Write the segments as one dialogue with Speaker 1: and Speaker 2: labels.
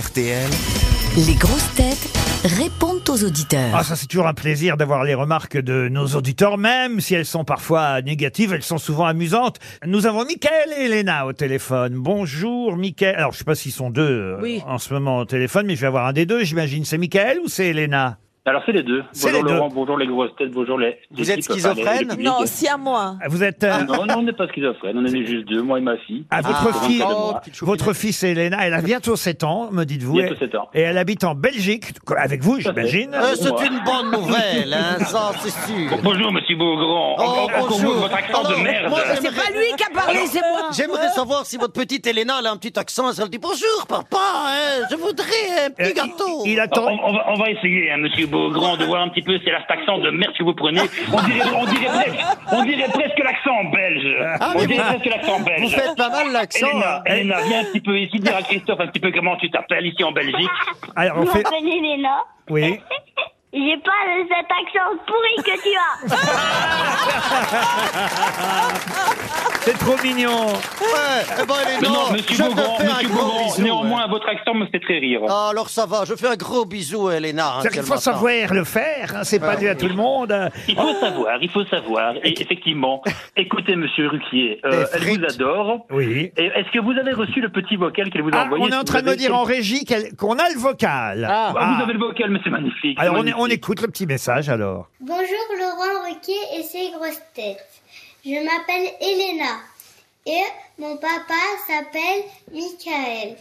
Speaker 1: RTL.
Speaker 2: Les grosses têtes répondent aux auditeurs.
Speaker 3: Ah, ça c'est toujours un plaisir d'avoir les remarques de nos auditeurs, même si elles sont parfois négatives, elles sont souvent amusantes. Nous avons Mickaël et Elena au téléphone. Bonjour Mickaël. Alors je sais pas s'ils sont deux euh,
Speaker 4: Oui.
Speaker 3: en ce moment au téléphone, mais je vais avoir un des deux, j'imagine. C'est Mickaël ou c'est Elena
Speaker 5: Alors c'est les deux.
Speaker 3: C'est
Speaker 5: Bonjour
Speaker 3: les
Speaker 5: Laurent, bonjour les grosses têtes, bonjour les.
Speaker 1: Vous êtes
Speaker 5: l'équipe, enfin, les- les
Speaker 1: schizophrène
Speaker 5: publics.
Speaker 4: Non, si à moi.
Speaker 3: Vous êtes... euh,
Speaker 5: Ah non, non, on n'est pas schizophrène, on en est juste deux, moi et ma fille.
Speaker 3: à votre
Speaker 5: Pour un
Speaker 3: fille,
Speaker 5: cas de moi.
Speaker 3: votre fille c'est Elena, elle a bientôt 7 ans, me dites-vous.
Speaker 5: Bientôt
Speaker 3: Et-
Speaker 5: 7 ans.
Speaker 3: Et elle habite en Belgique, avec vous, j'imagine.
Speaker 5: Euh,
Speaker 6: c'est une bonne nouvelle, hein, ça, c'est sûr.
Speaker 5: Bonjour Monsieur Beaugrand.
Speaker 6: Oh,
Speaker 5: Encore
Speaker 6: bonjour.
Speaker 5: vous, votre accent
Speaker 6: Alors,
Speaker 5: de merde.
Speaker 6: moi,
Speaker 4: C'est pas lui qui a parlé, c'est moi.
Speaker 6: J'aimerais savoir si votre petite Elena elle a un petit accent, elle dit bonjour papa, hein, je voudrais un petit
Speaker 3: Euh,
Speaker 6: gâteau.
Speaker 3: Il
Speaker 5: On,
Speaker 3: attend.
Speaker 5: on va, on va essayer, hein, Monsieur Beaugrand, de voir un petit peu si l'accent de merde que vous prenez. On dirait, on dirait presque, on dirait presque l'accent belge.
Speaker 6: Ah, mais
Speaker 5: on dirait
Speaker 6: vous-
Speaker 5: presque l'accent belge.
Speaker 6: Vous faites pas mal l'accent.
Speaker 5: Elena,
Speaker 6: hein.
Speaker 5: Elena, viens un petit peu ici dire à Christophe un petit peu comment tu t'appelles ici en Belgique.
Speaker 3: Alors
Speaker 7: Je
Speaker 3: on fait.
Speaker 7: m'appelle Elena.
Speaker 3: Oui.
Speaker 7: J'ai pas cet accent pourri que tu as.
Speaker 3: C'est trop mignon.
Speaker 6: Ouais, eh ben, Elena,
Speaker 5: Mais non, Monsieur
Speaker 6: je te
Speaker 5: Beaugrand,
Speaker 6: fais un
Speaker 5: Monsieur
Speaker 6: gros
Speaker 5: Beaugrand,
Speaker 6: bisou.
Speaker 5: néanmoins,
Speaker 6: hein.
Speaker 5: votre accent me fait très rire.
Speaker 6: Ah, alors ça va, je fais un gros bisou à Elena. hein,
Speaker 3: C'est-à-dire
Speaker 6: si
Speaker 3: qu'il faut
Speaker 6: elle m'entend.
Speaker 3: savoir le faire, hein, c'est pas dû à tout le monde. hein.
Speaker 5: Il faut savoir, il faut savoir. Et effectivement, écoutez, Monsieur Ruquier, euh,
Speaker 6: Des
Speaker 5: elle
Speaker 6: frites.
Speaker 5: vous adore.
Speaker 3: Oui.
Speaker 5: Et Est-ce que vous avez reçu le petit vocal qu'elle vous a
Speaker 3: Ah,
Speaker 5: envoyé
Speaker 3: on est en train de me dire en régie qu'elle- qu'on a le vocal.
Speaker 5: Ah, Vous avez le vocal, mais c'est magnifique.
Speaker 3: Alors on, est-
Speaker 5: magnifique.
Speaker 3: on écoute le petit message alors.
Speaker 8: Bonjour Laurent Ruquier et ses grosses têtes. Je m'appelle Elena et mon papa s'appelle Michael.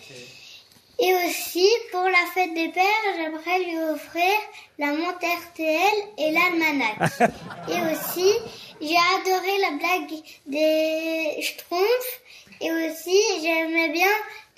Speaker 8: Et aussi, pour la fête des pères, j'aimerais lui offrir la montre RTL et l'almanach. Et aussi, j'ai adoré la blague des schtroumpfs. Et aussi, j'aimais bien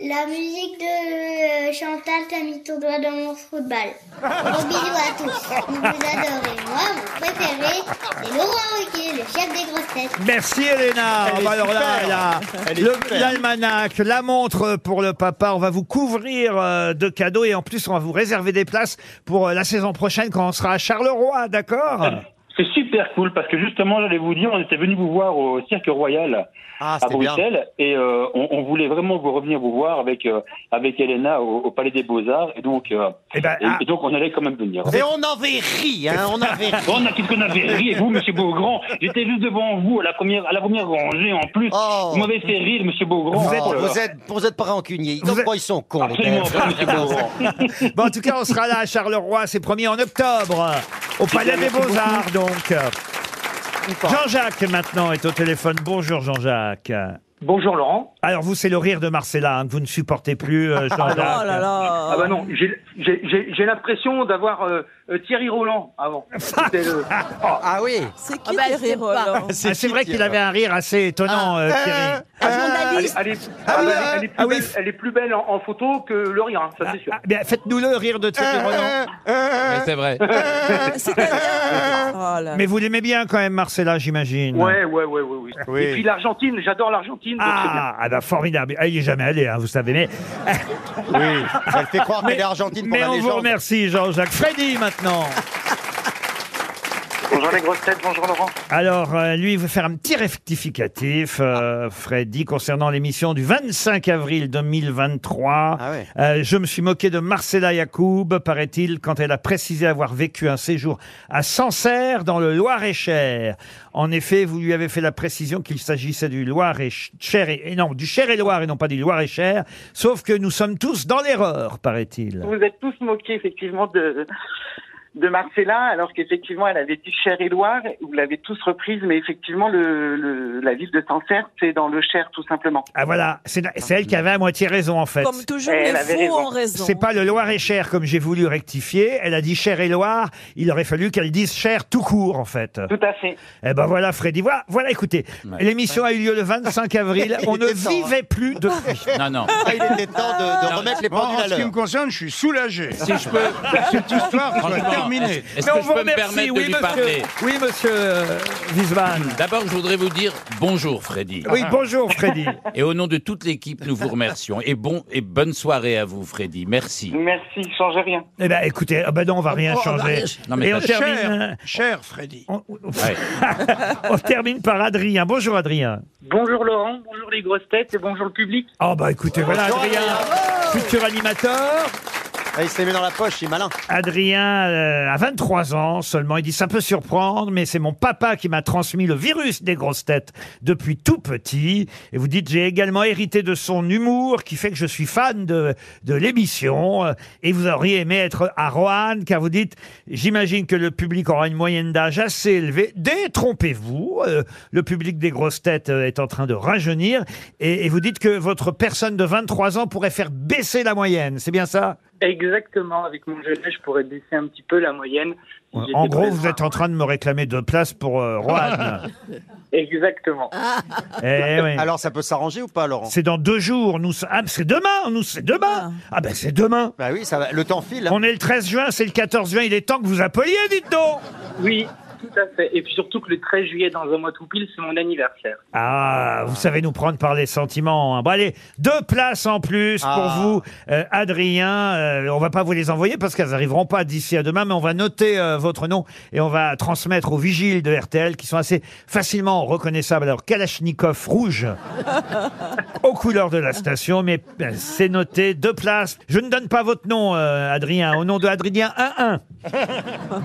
Speaker 8: la musique de euh, Chantal, t'as mis ton doigt dans mon football. Gros bisous à tous. Vous vous adorez. Moi, mon préféré, c'est Laurent Ruquier, le chef des grosses têtes.
Speaker 3: Merci Elena. Ah, bah alors là, elle a le- l'almanach, la montre pour le papa. On va vous couvrir euh, de cadeaux et en plus on va vous réserver des places pour euh, la saison prochaine quand on sera à Charleroi, d'accord
Speaker 5: C'est super cool parce que justement, j'allais vous dire, on était venu vous voir au Cirque Royal
Speaker 6: Ah,
Speaker 5: à
Speaker 6: c'était bien.
Speaker 5: Bruxelles et euh, on, on voulait vraiment vous revenir vous voir avec euh, avec Elena au, au Palais des Beaux Arts et donc euh,
Speaker 3: Eh ben,
Speaker 5: et-
Speaker 3: ah.
Speaker 5: et donc on allait quand même venir.
Speaker 6: Et on avait ri, hein, on avait ri.
Speaker 5: Bon, on a- qu'est-ce qu'on avait ri, et vous, monsieur Beaugrand J'étais juste devant vous, à la première, à la première rangée, en plus.
Speaker 6: Oh.
Speaker 5: Vous m'avez fait rire, monsieur Beaugrand.
Speaker 3: Vous êtes-
Speaker 6: Oh,
Speaker 5: Oh là
Speaker 6: vous,
Speaker 5: là.
Speaker 6: êtes, vous êtes pas rancunier.
Speaker 3: Vous
Speaker 6: Donc,
Speaker 3: êtes-
Speaker 6: bon, ils sont cons, hein, les
Speaker 5: Absolument
Speaker 6: Belges.
Speaker 5: pas, monsieur Beaugrand.
Speaker 3: Bon, en tout cas, on sera là à Charleroi, c'est promis en octobre, euh, au Palais des
Speaker 5: merci beaucoup.
Speaker 3: Beaux-Arts, donc. Jean-Jacques, maintenant, est au téléphone. Bonjour, Jean-Jacques.
Speaker 9: Bonjour Laurent.
Speaker 3: Alors, vous, c'est le rire de Marcella, hein, que vous ne supportez plus, euh,
Speaker 4: Oh
Speaker 3: Jean-Jacques.
Speaker 4: là
Speaker 3: Oh.
Speaker 4: là.
Speaker 9: Ah bah non, j'ai- j'ai j'ai- j'ai l'impression d'avoir euh, euh, Thierry Roland avant. C'était le-
Speaker 6: Ah oui.
Speaker 4: C'est qui Thierry Roland
Speaker 3: Ah, C'est vrai qu'il avait un rire assez étonnant, euh,
Speaker 4: Ah.
Speaker 3: Thierry.
Speaker 9: Elle,
Speaker 4: Journaliste.
Speaker 9: elle est, ah bah, elle est- elle est plus
Speaker 3: ah oui.
Speaker 9: belle, elle est plus belle en, en photo que le rire, hein, ça c'est sûr.
Speaker 3: Ah, bien, Faites-nous le rire de Thierry
Speaker 4: Ah.
Speaker 3: Roland.
Speaker 10: c'est vrai.
Speaker 4: C'est-à-dire- Oh là là.
Speaker 3: Mais vous l'aimez bien quand même, Marcella, j'imagine.
Speaker 9: Ouais, ouais, ouais, ouais, oui.
Speaker 6: Oui.
Speaker 9: Et puis l'Argentine, j'adore l'Argentine. donc c'est bien.
Speaker 3: Ah, ah bah, formidable. Ah, il est jamais allé, hein, vous savez. Mais,
Speaker 6: Oui, elle fait croire
Speaker 3: mais,
Speaker 6: qu'elle est argentine pour
Speaker 3: mais
Speaker 6: la
Speaker 3: on vous
Speaker 6: légende.
Speaker 3: remercie, Jean-Jacques. Freddy, maintenant.
Speaker 9: Bonjour les grosses têtes, bonjour Laurent.
Speaker 3: Alors, euh, lui, il veut faire un petit rectificatif, euh, Freddy, concernant l'émission du 25 avril 2023.
Speaker 6: Ah ouais.
Speaker 3: Euh, je me suis moqué de Marcella Yacoub, paraît-il, quand elle a précisé avoir vécu un séjour à Sancerre, dans le Loir-et-Cher. En effet, vous lui avez fait la précision qu'il s'agissait du Loir-et-Cher, et, et non, du Cher-et-Loir, et non pas du Loir-et-Cher, sauf que nous sommes tous dans l'erreur, paraît-il.
Speaker 11: Vous êtes tous moqués effectivement de de Marcella, alors qu'effectivement elle avait dit Cher et Loire, vous l'avez tous reprise, mais effectivement le, le- la ville de Sancerre, c'est dans le Cher tout simplement.
Speaker 3: Ah voilà, c'est c'est elle qui avait à moitié raison, en fait.
Speaker 4: Comme toujours,
Speaker 11: Eh, Elle
Speaker 4: les
Speaker 11: avait
Speaker 4: fous
Speaker 11: raison.
Speaker 4: ont raison.
Speaker 3: C'est pas le Loir-et-Cher comme j'ai voulu rectifier. Elle a dit Cher et Loire. Il aurait fallu qu'elle dise Cher tout court, en fait.
Speaker 11: Tout à fait.
Speaker 3: Eh ben voilà, Freddy. Voilà, voilà écoutez. L'émission a eu lieu le 25 avril. On
Speaker 6: Il
Speaker 3: ne
Speaker 6: était temps, hein.
Speaker 3: vivait plus de.
Speaker 10: Non, non.
Speaker 6: Ah,
Speaker 3: Euh,
Speaker 6: il était temps de, de remettre les pendules à l'heure.
Speaker 10: concerne, je suis soulagé. Si je peux, cette histoire soit
Speaker 1: terminé.
Speaker 10: Est-ce
Speaker 3: Mais
Speaker 10: que
Speaker 3: on
Speaker 10: je
Speaker 3: vous
Speaker 10: peux me
Speaker 3: remercie,
Speaker 10: permettre
Speaker 3: oui,
Speaker 10: de lui
Speaker 3: monsieur-
Speaker 10: parler
Speaker 3: Oui, monsieur euh, Wiesmann.
Speaker 10: D'abord, je voudrais vous dire bonjour, Freddy.
Speaker 3: Oui, bonjour, Freddy.
Speaker 10: Et au nom de toute l'équipe, nous vous remercions. Et, bon, et bonne soirée à vous, Freddy. Merci.
Speaker 11: Merci, changez rien.
Speaker 3: Eh ben, écoutez, ah ben non, on va rien
Speaker 10: Oh, on va
Speaker 3: changer.
Speaker 10: rien- Non, mais
Speaker 3: Et on
Speaker 10: cher,
Speaker 3: termine, hein.
Speaker 1: Cher Freddy.
Speaker 3: on termine par Adrien. Bonjour, Adrien.
Speaker 12: Bonjour Laurent, bonjour les grosses têtes et bonjour le public.
Speaker 3: Oh, bah écoutez, voilà,
Speaker 12: Bonjour,
Speaker 3: Adrien, futur animateur.
Speaker 6: Ah, il s'est mis dans la poche, il est malin.
Speaker 3: Adrien euh, a 23 ans seulement. Il dit ça peut surprendre, mais c'est mon papa qui m'a transmis le virus des grosses têtes depuis tout petit. Et vous dites j'ai également hérité de son humour qui fait que je suis fan de de l'émission. Euh, Et vous auriez aimé être à Roanne car vous dites j'imagine que le public aura une moyenne d'âge assez élevée. Détrompez-vous, euh, le public des grosses têtes euh, est en train de rajeunir et, et vous dites que votre personne de 23 ans pourrait faire baisser la moyenne. C'est bien ça?
Speaker 12: Exactement, avec mon jeune âge, je pourrais baisser un petit peu la moyenne. si j'étais
Speaker 3: En gros,
Speaker 12: présent.
Speaker 3: vous êtes en train de me réclamer deux places pour euh, Roanne.
Speaker 12: Exactement.
Speaker 3: Eh oui.
Speaker 6: Alors ça peut s'arranger ou pas, Laurent
Speaker 3: c'est dans deux jours. Nous, ah, c'est demain. Nous, c'est demain. Ah ben c'est demain.
Speaker 6: Bah oui, ça va. Le temps file.
Speaker 3: On est le 13 juin, c'est le 14 juin. Il est temps que vous appeliez, dites donc.
Speaker 12: Oui, tout à fait. Et puis surtout que le 13 juillet, dans un mois tout pile, c'est mon anniversaire.
Speaker 3: Ah, vous savez nous prendre par les sentiments. hein. Bon, allez, deux places en plus pour
Speaker 12: Ah.
Speaker 3: vous, euh, Adrien. Euh, on va pas vous les envoyer parce qu'elles arriveront pas d'ici à demain, mais on va noter euh, votre nom et on va transmettre aux vigiles de RTL qui sont assez facilement reconnaissables. Alors, Kalachnikov rouge aux couleurs de la station, mais euh, c'est noté, deux places. Je ne donne pas votre nom, euh, Adrien, au nom de Adrien 1-1.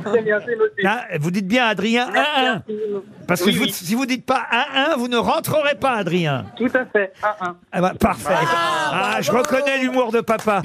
Speaker 12: Très bien, c'est noté.
Speaker 3: Ah, vous dites bien Adrien 1-1. Parce que
Speaker 12: Oui,
Speaker 3: vous-
Speaker 12: oui.
Speaker 3: si vous dites pas 1-1, vous ne rentrerez pas, Adrien.
Speaker 12: Tout à fait, 1-1.
Speaker 3: Ah bah, parfait. Ah, je reconnais l'humour de papa.